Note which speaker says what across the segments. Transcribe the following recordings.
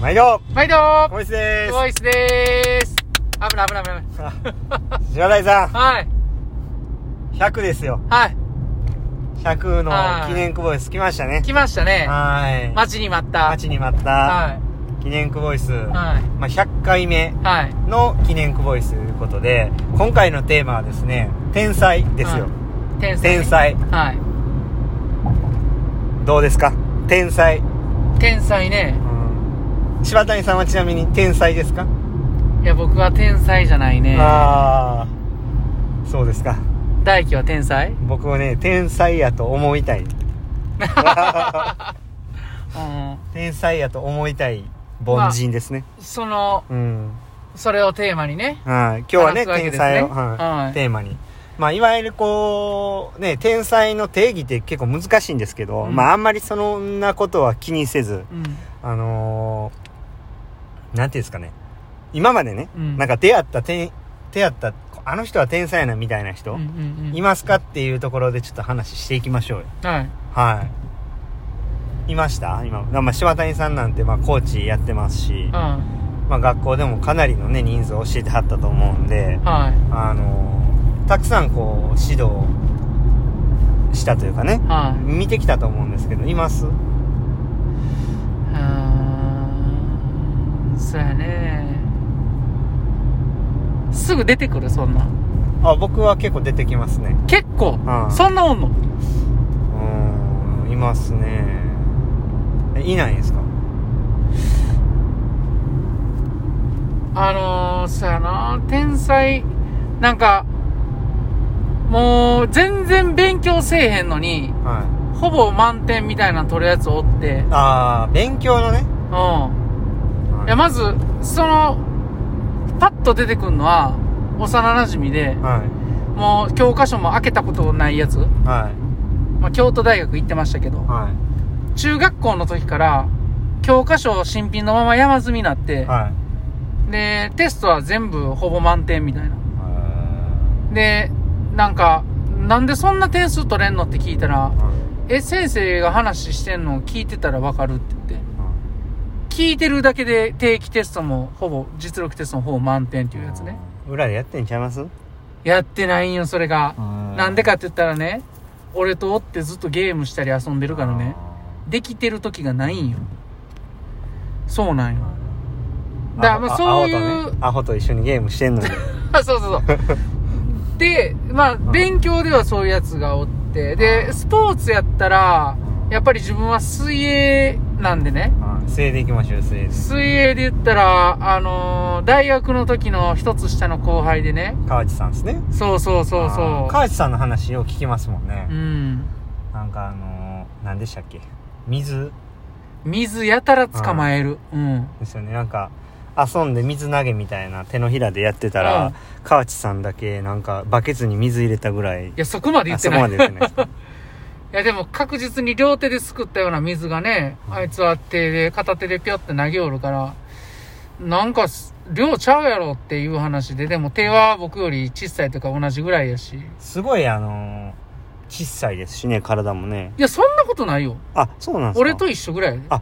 Speaker 1: 毎度
Speaker 2: 毎度ー
Speaker 1: ボイスです
Speaker 2: ボイスでーす危ない危ない危ない
Speaker 1: あ 島大さ
Speaker 2: はい
Speaker 1: ん100ですよ
Speaker 2: はい
Speaker 1: 100
Speaker 2: は
Speaker 1: の
Speaker 2: い
Speaker 1: 記念クボイス来ましたね
Speaker 2: 来ましたね
Speaker 1: はい
Speaker 2: 待ちに待った
Speaker 1: 待ちに待った、
Speaker 2: は
Speaker 1: 記念クボイス、
Speaker 2: いはい
Speaker 1: まあ、100回目
Speaker 2: はい
Speaker 1: の記念クボイスということで今回のテーマはですね天才ですよ、
Speaker 2: は天才
Speaker 1: 天才
Speaker 2: はい
Speaker 1: どうですか天才、
Speaker 2: 天才ね
Speaker 1: うん柴谷さんはちなみに天才ですか、
Speaker 2: いや僕は天才じゃないね
Speaker 1: ああそうですか
Speaker 2: 大輝は天才
Speaker 1: 僕はね天才やと思いた い
Speaker 2: うん
Speaker 1: 天才やと思いたい凡人ですね、
Speaker 2: その
Speaker 1: うん
Speaker 2: それをテーマにね
Speaker 1: はい、今日はね
Speaker 2: 話すわけ
Speaker 1: 天
Speaker 2: ですね
Speaker 1: 才を、はい
Speaker 2: はい
Speaker 1: テーマに、まあ、いわゆるこうね天才の定義って結構難しいんですけど、
Speaker 2: うん
Speaker 1: まああんまりそんなことは気にせず
Speaker 2: うん
Speaker 1: あのーなんていうんですかね今までね、
Speaker 2: うん
Speaker 1: なんか出会った天出会ったあの人は天才やなみたいな人、
Speaker 2: うんうん
Speaker 1: い
Speaker 2: うん
Speaker 1: ますかっていうところでちょっと話していきましょうよ
Speaker 2: はい
Speaker 1: はいいました今、まあ、柴谷さんなんてまあコーチやってますし
Speaker 2: うん、は
Speaker 1: まあ、学校でもかなりのね人数を教えてはったと思うんであのたくさんこう指導したというかね
Speaker 2: いはい
Speaker 1: 見てきたと思うんですけどいます
Speaker 2: うーんそうやねすぐ出てくるそんなん
Speaker 1: あ僕は結構出てきますね
Speaker 2: 結構
Speaker 1: うん
Speaker 2: そんなおんの
Speaker 1: うーんいますねえいないんですか
Speaker 2: あのー、そうやな天才なんかもう全然勉強せえへんのに
Speaker 1: はい
Speaker 2: ほぼ満点みたいなの取るやつおって
Speaker 1: ああ勉強のね、
Speaker 2: うん
Speaker 1: はい
Speaker 2: いやまずそのパッと出てくるのは幼馴染で
Speaker 1: はい
Speaker 2: もう教科書も開けたことないやつ、
Speaker 1: はい
Speaker 2: まあ、京都大学行ってましたけど
Speaker 1: は
Speaker 2: 中学校の時から教科書新品のまま山積みになって、
Speaker 1: いはい
Speaker 2: でテストは全部ほぼ満点みたいな
Speaker 1: あ
Speaker 2: でなんかなんでそんな点数取れんのって聞いた
Speaker 1: ーは
Speaker 2: ら
Speaker 1: い
Speaker 2: 「え先生が話してんのを聞いてたらわかる」って言って聞いてるだけで定期テストもほぼ実力テストもほぼ満点っていうやつね
Speaker 1: 裏でやってんちゃいます
Speaker 2: やってないんよそれがな
Speaker 1: なん
Speaker 2: でかって言ったらね俺とおってずっとゲームしたり遊んでるからねできてる時がないんよそうなんよ だからまあそういう
Speaker 1: アホとねアホと一緒にゲームしてんの に
Speaker 2: あそうそうそうでまあ勉強ではそういうやつがおってでスポーツやったらやっぱり自分は水泳なんでね
Speaker 1: はい末でいきましょう末で
Speaker 2: 水泳で言ったらあのー大学の時の一つ下の後輩でね
Speaker 1: 河内さんですね
Speaker 2: そうそうそう
Speaker 1: あー
Speaker 2: そ
Speaker 1: 河内さんの話を聞きますもんね
Speaker 2: ううん
Speaker 1: なんかあのー、何でしたっけ水
Speaker 2: 水やたら捕まえるうん
Speaker 1: ですよねなんか遊んで水投げみたいな手のひらでやってたら、
Speaker 2: うん
Speaker 1: 河内さんだけなんかバケツに水入れたぐらい
Speaker 2: いやそこまで言
Speaker 1: あ
Speaker 2: って
Speaker 1: そ
Speaker 2: な
Speaker 1: こまで
Speaker 2: い
Speaker 1: 言ってないですか
Speaker 2: いやでも確実に両手ですくったような水がね、あいつは手で、片手でぴょって投げおるから、なんかす、量ちゃうやろっていう話で、でも手は僕より小さいとか同じぐらいやし。い
Speaker 1: すごいあのー、小さいですしね体もね
Speaker 2: や、そんなことないよ。
Speaker 1: あそうなんですか
Speaker 2: 俺と一緒ぐらいやで。
Speaker 1: あ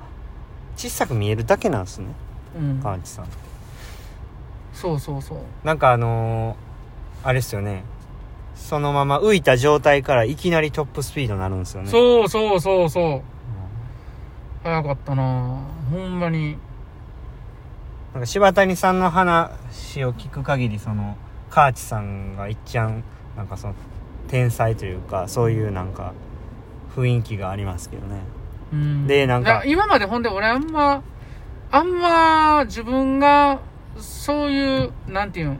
Speaker 1: 小さく見えるだけなんですね
Speaker 2: うん。
Speaker 1: 河内さん
Speaker 2: そうそうそう。
Speaker 1: なんかあのー、あれですよねそのまま浮いた状態からいきなりトップスピードになるんですよねう、
Speaker 2: そうそうそうそう。
Speaker 1: ん
Speaker 2: 早かったなほんまに。
Speaker 1: なんか柴谷さんの話を聞く限りその河内さんがいっちゃんなんかその天才というかそういうなんか雰囲気がありますけどね
Speaker 2: うん。
Speaker 1: でなんか
Speaker 2: だら今までほんで俺あんま、あんま自分が、そういう、なんていうん、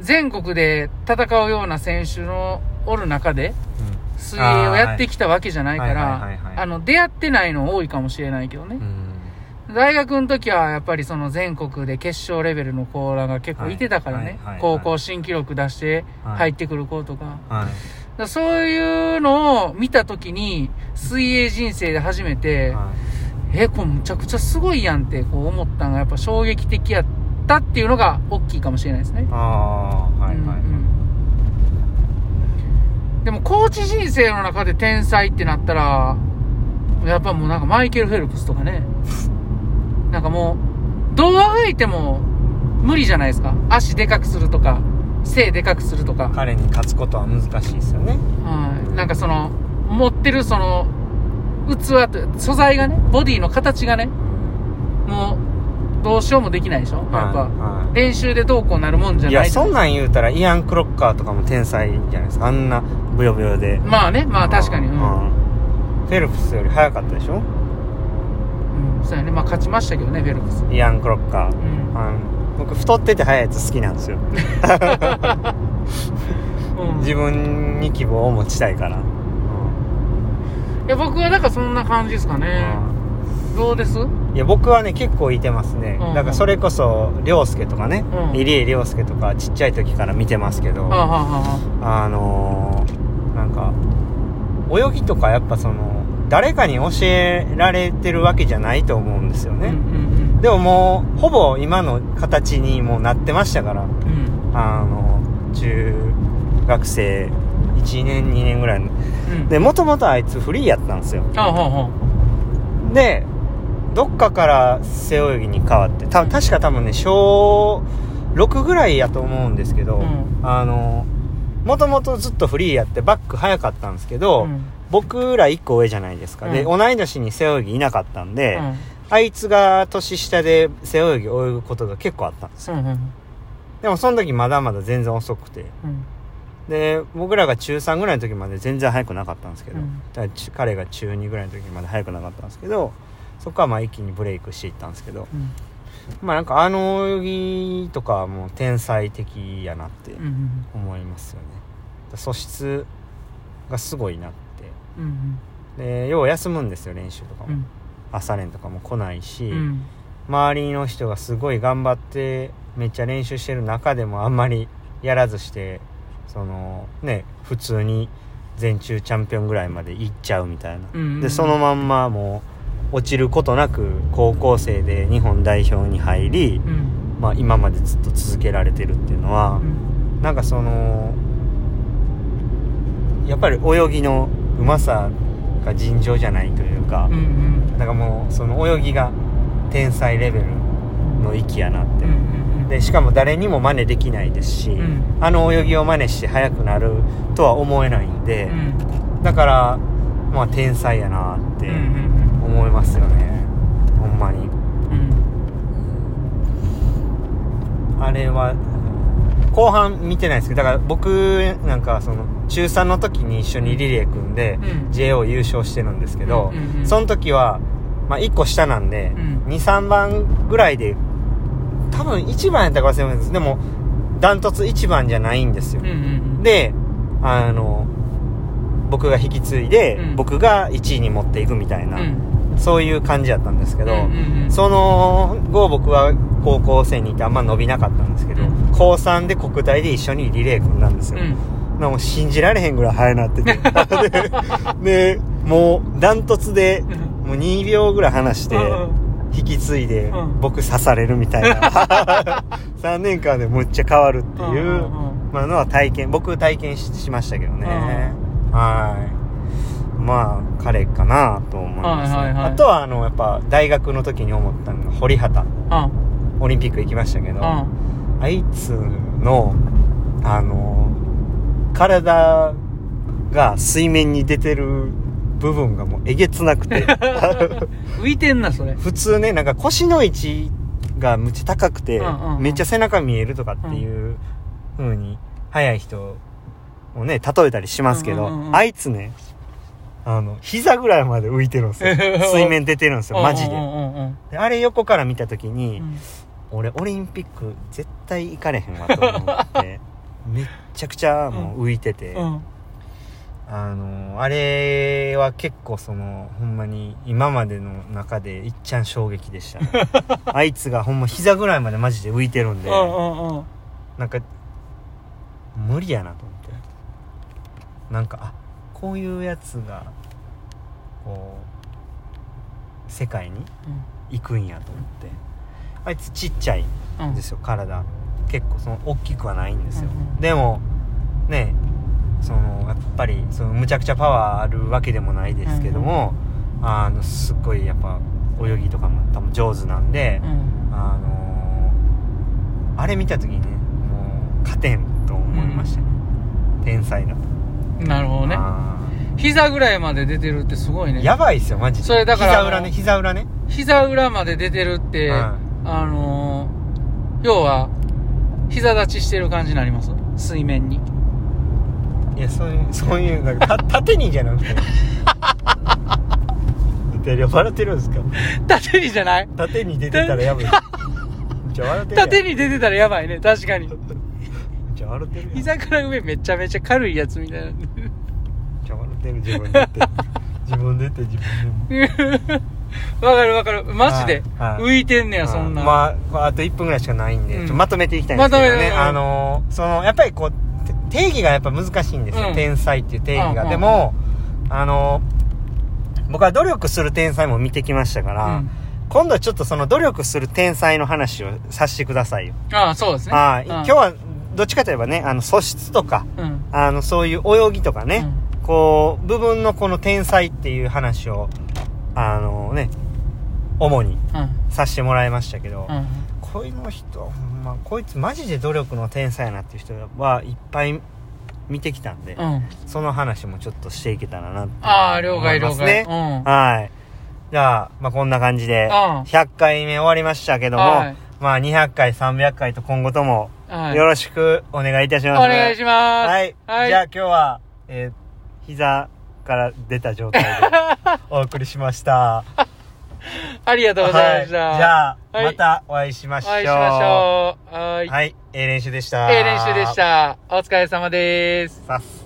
Speaker 2: 全国で戦うような選手のおる中で、水泳をやってきたわけじゃないか
Speaker 1: あーはいはいはいはいは
Speaker 2: ら、
Speaker 1: い
Speaker 2: あの、出会ってないの多いかもしれないけど
Speaker 1: う
Speaker 2: ね。
Speaker 1: ん
Speaker 2: 大学の時はやっぱりその全国で決勝レベルの子らが結構いてたから
Speaker 1: はいはい
Speaker 2: ね
Speaker 1: はいは。い
Speaker 2: 高校新記録出して
Speaker 1: はい
Speaker 2: 入ってくる子とか。
Speaker 1: はい
Speaker 2: だからそういうのを見た時に、水泳人生で初めて、
Speaker 1: は
Speaker 2: え、これむちゃくちゃすごいやんってこう思ったのがやっぱ衝撃的やったっていうのが大きいかもしれないですね
Speaker 1: い。ああーはいはいはい、
Speaker 2: うんうんでもコーチ人生の中で天才ってなっ たらやっぱもうなんかマイケル・フェルプスとかねなんかもうどうあがいても無理じゃないですか。足でかくするとか、背でかくするとか。
Speaker 1: 彼に勝つことは難しいですよね
Speaker 2: はい。なんかその、持ってるその、器と、素材がね、ボディの形がね、もう、どうしようもできないでしょやっぱ、
Speaker 1: は
Speaker 2: 練習でどうこうなるもんじ
Speaker 1: い
Speaker 2: ゃ
Speaker 1: い
Speaker 2: な
Speaker 1: や
Speaker 2: い。
Speaker 1: そんなん言うたらイアン・クロッカーとかも天才じゃないですかあんなブヨブヨで
Speaker 2: まあね、まあ確かに、う。
Speaker 1: うんんフェルプスより速かったでしょ
Speaker 2: うん、そうやね。まあ勝ちましたけどね、フェルプス。
Speaker 1: イアン・クロッカー
Speaker 2: うん。
Speaker 1: あの僕太ってて速いやつ好きなんですよ
Speaker 2: うん
Speaker 1: 自分に希望を持ちたいから、うん
Speaker 2: いや僕はだからそんな感じですかね、どうです
Speaker 1: うんいや僕はね結構いてますね、
Speaker 2: うんうん
Speaker 1: だからそれこそ涼介とかね、
Speaker 2: うん
Speaker 1: 入江涼介とかちっちゃい時から見てますけど、
Speaker 2: はあ、はあは
Speaker 1: あのーなんか泳ぎとかやっぱその誰かに教えられてるわけじゃないと思うんですよ
Speaker 2: あ、う
Speaker 1: ね、
Speaker 2: ん
Speaker 1: でももうほぼ今の形にもうなってましたから
Speaker 2: うんうんうん
Speaker 1: あの中学生1年2年ぐらいの
Speaker 2: うん
Speaker 1: でもともとあいつフリーやったんですよ
Speaker 2: はあはあは
Speaker 1: でどっかから背泳ぎに変わってた確か多分ね小6ぐらいやと思うんですけど、
Speaker 2: うん
Speaker 1: あのもともとずっとフリーやってバック早かったんですけ
Speaker 2: あ
Speaker 1: ど、
Speaker 2: うん
Speaker 1: 僕ら1個上じゃないですか、で
Speaker 2: う
Speaker 1: 同い年に背泳ぎいなかったんで、
Speaker 2: うん
Speaker 1: あいつが年下で背泳ぎ泳ぐことが結構あったんです
Speaker 2: そううん
Speaker 1: でもその時まだまだ全然遅くて
Speaker 2: うん
Speaker 1: で僕らが中3ぐらいの時まで全然速くなかったんですけど、
Speaker 2: うん
Speaker 1: だからち彼が中2ぐらいの時まで速くなかったんですけどそこはまあ一気にブレイクしていったんですけど
Speaker 2: うん
Speaker 1: まあなんかあの泳ぎとかはもう天才的やなって
Speaker 2: うんうん
Speaker 1: 思いますよね、素質がすごいなって
Speaker 2: うん
Speaker 1: でよう休むんですよ練習とかも、
Speaker 2: うん
Speaker 1: 朝練とかも来ないし、
Speaker 2: うん
Speaker 1: 周りの人がすごい頑張ってめっちゃ練習してる中でもあんまりやらずしてそのね普通に全中チャンピオンぐらいまで行っちゃうみたいな、
Speaker 2: うん
Speaker 1: でそのまんまもう落ちることなく高校生で日本代表に入り、
Speaker 2: うん
Speaker 1: まあ、今までずっと続けられてるっていうのは
Speaker 2: う、ん
Speaker 1: なんかそのやっぱり泳ぎのうまさが尋常じゃないというか、
Speaker 2: うんうん
Speaker 1: なんかもうその泳ぎが天才レベルの域やなって、
Speaker 2: うんうん
Speaker 1: でしかも誰にも真似できないですし、
Speaker 2: うん
Speaker 1: あの泳ぎを真似して速くなるとは思えないん
Speaker 2: う
Speaker 1: で、
Speaker 2: ん
Speaker 1: だからまあ天才やなって
Speaker 2: うんうん
Speaker 1: 思いますよね、ほんまに
Speaker 2: うん
Speaker 1: あれは後半見てないですけどだから僕なんかその中3の時に一緒にリレー組んで、
Speaker 2: うん
Speaker 1: JO 優勝してるんですけど、
Speaker 2: うんうんうん
Speaker 1: その時は、まあ、1個下なんで、
Speaker 2: うん
Speaker 1: 23番ぐらいで多分1番やったか忘れませんですでもダントツ1番じゃないんですよ
Speaker 2: うんう、ん
Speaker 1: であの僕が引き継いで、
Speaker 2: うん
Speaker 1: 僕が1位に持っていくみたいな、
Speaker 2: うん
Speaker 1: そういう感じやったんですけど、
Speaker 2: うんうんうん
Speaker 1: その後僕は高校生にいてあんま伸びなかったんですけど、
Speaker 2: うん
Speaker 1: 高3で国体で一緒にリレー組んだんですよ、
Speaker 2: うん
Speaker 1: なんかもう信じられへんぐらい早なって てででもうダントツでもう2秒ぐらい離して
Speaker 2: うん
Speaker 1: 引き継いで
Speaker 2: うん
Speaker 1: 僕刺されるみたい な3年間でむっちゃ変わるって
Speaker 2: うんう
Speaker 1: い
Speaker 2: ん
Speaker 1: うまあのは体験僕体験ししましたけどねはいまあ彼かなと思いますね、
Speaker 2: はいはいはい
Speaker 1: あとはあのやっぱ大学の時に思ったのが堀畑
Speaker 2: うん
Speaker 1: オリンピック行きましたけど、
Speaker 2: うん
Speaker 1: あいつの、あの、体が水面に出てる部分がもうえげつなく て。
Speaker 2: 浮いてんなそれ
Speaker 1: 普通ね、なんか腰の位置がむっちゃ高くて、
Speaker 2: うんうんうん
Speaker 1: めっちゃ背中見えるとかっていう風に、速い人をね、例えたりしますけど、
Speaker 2: うんうんうんうん
Speaker 1: あいつね、あの、膝ぐらいまで浮いてるん ですよ。水面出てるんですよ、マジ
Speaker 2: う
Speaker 1: で。
Speaker 2: んうんうん
Speaker 1: であれ横から見た時
Speaker 2: う
Speaker 1: に、
Speaker 2: ん
Speaker 1: 俺オリンピック絶対行かれへんわと思って めっちゃくちゃもう浮いてて、
Speaker 2: うんうん
Speaker 1: あのあれは結構そのほんまに今までの中でいっちゃん衝撃で した、ね、あいつがほんま膝ぐらいまでマジで浮いてるんで
Speaker 2: うんうんうん
Speaker 1: なんか無理やなと思ってなんかあこういうやつがこう世界に行くんやと思ってあいつちっちゃい
Speaker 2: うん
Speaker 1: ですよ体結構その大きくはないんですよ、
Speaker 2: うんうん
Speaker 1: でもねそのやっぱりそのむちゃくちゃパワーあるわけでもないですけども、あのすっごいやっぱ泳ぎとかも多分上手なんで、
Speaker 2: うん
Speaker 1: あのーあれ見た時にねもう勝てんと思いましたね、天才だと
Speaker 2: なるほどね
Speaker 1: あ
Speaker 2: 膝ぐらいまで出てるってすごい
Speaker 1: ー
Speaker 2: ね
Speaker 1: やばいっすよマジで
Speaker 2: それだから
Speaker 1: 膝裏ね膝裏ね
Speaker 2: 膝裏まで出てるって、
Speaker 1: うん
Speaker 2: あのー要は膝立ちしてる感じになります水面に
Speaker 1: いやそういうそういうなんかた縦にじゃな くて出てる笑ってるんですか
Speaker 2: 縦にじゃない
Speaker 1: 縦に出てたらやばい じゃあ笑ってるやん
Speaker 2: 縦に出てたらやばいね確かに
Speaker 1: じゃあ笑ってるやん
Speaker 2: 膝から上めちゃめちゃ軽いやつみたいな
Speaker 1: じゃあ笑ってる自分で言って自分で言って自分でも
Speaker 2: わかるわかるマジで
Speaker 1: はいはい
Speaker 2: 浮いてんねやそんな、
Speaker 1: まあ、あと1分ぐらいしかないんで、
Speaker 2: うん
Speaker 1: ちょまとめていきたいんですけどね。
Speaker 2: まとめて
Speaker 1: あのーその、やっぱりこう、て定義がやっぱ難しいんですよ。
Speaker 2: うん
Speaker 1: 天才っていう定義
Speaker 2: うんうんう
Speaker 1: が。
Speaker 2: ん
Speaker 1: でも、あのー僕は努力する天才も見てきましたから、
Speaker 2: うん
Speaker 1: 今度はちょっとその努力する天才の話をさせてくださいよ。
Speaker 2: ああそうですね
Speaker 1: はい。
Speaker 2: うん
Speaker 1: 今日は、どっちかといえばね、あの、素質とか、
Speaker 2: うん
Speaker 1: あの、そういう泳ぎとかね、
Speaker 2: うん
Speaker 1: こう、部分のこの天才っていう話を、あのね、主に
Speaker 2: うん
Speaker 1: させてもらいましたけど、
Speaker 2: うん
Speaker 1: こいの人ほんまこいつマジで努力の天才やなっていう人はいっぱい見てきたんで、
Speaker 2: うん
Speaker 1: その話もちょっとしていけたらなって
Speaker 2: ああ了
Speaker 1: 思
Speaker 2: 解
Speaker 1: い
Speaker 2: 了
Speaker 1: ます
Speaker 2: 解
Speaker 1: ね
Speaker 2: うんは
Speaker 1: はいじゃあ、まあ、こんな感じで
Speaker 2: うん
Speaker 1: 100回目終わりましたけども、
Speaker 2: はい
Speaker 1: まあ200回300回と今後とも
Speaker 2: い
Speaker 1: よろしくお願いいたし
Speaker 2: お
Speaker 1: ます、
Speaker 2: 願いします
Speaker 1: はい、
Speaker 2: はい
Speaker 1: じゃあ今日は、えー膝から出た状態 でお送りしました
Speaker 2: ありがとうございました、
Speaker 1: はいじゃあ、
Speaker 2: はい
Speaker 1: またお会いしましょう
Speaker 2: お会いしましょうはい
Speaker 1: はい、ええ練習でした。
Speaker 2: ええ練習でし。た。お疲れ様です。
Speaker 1: さっす。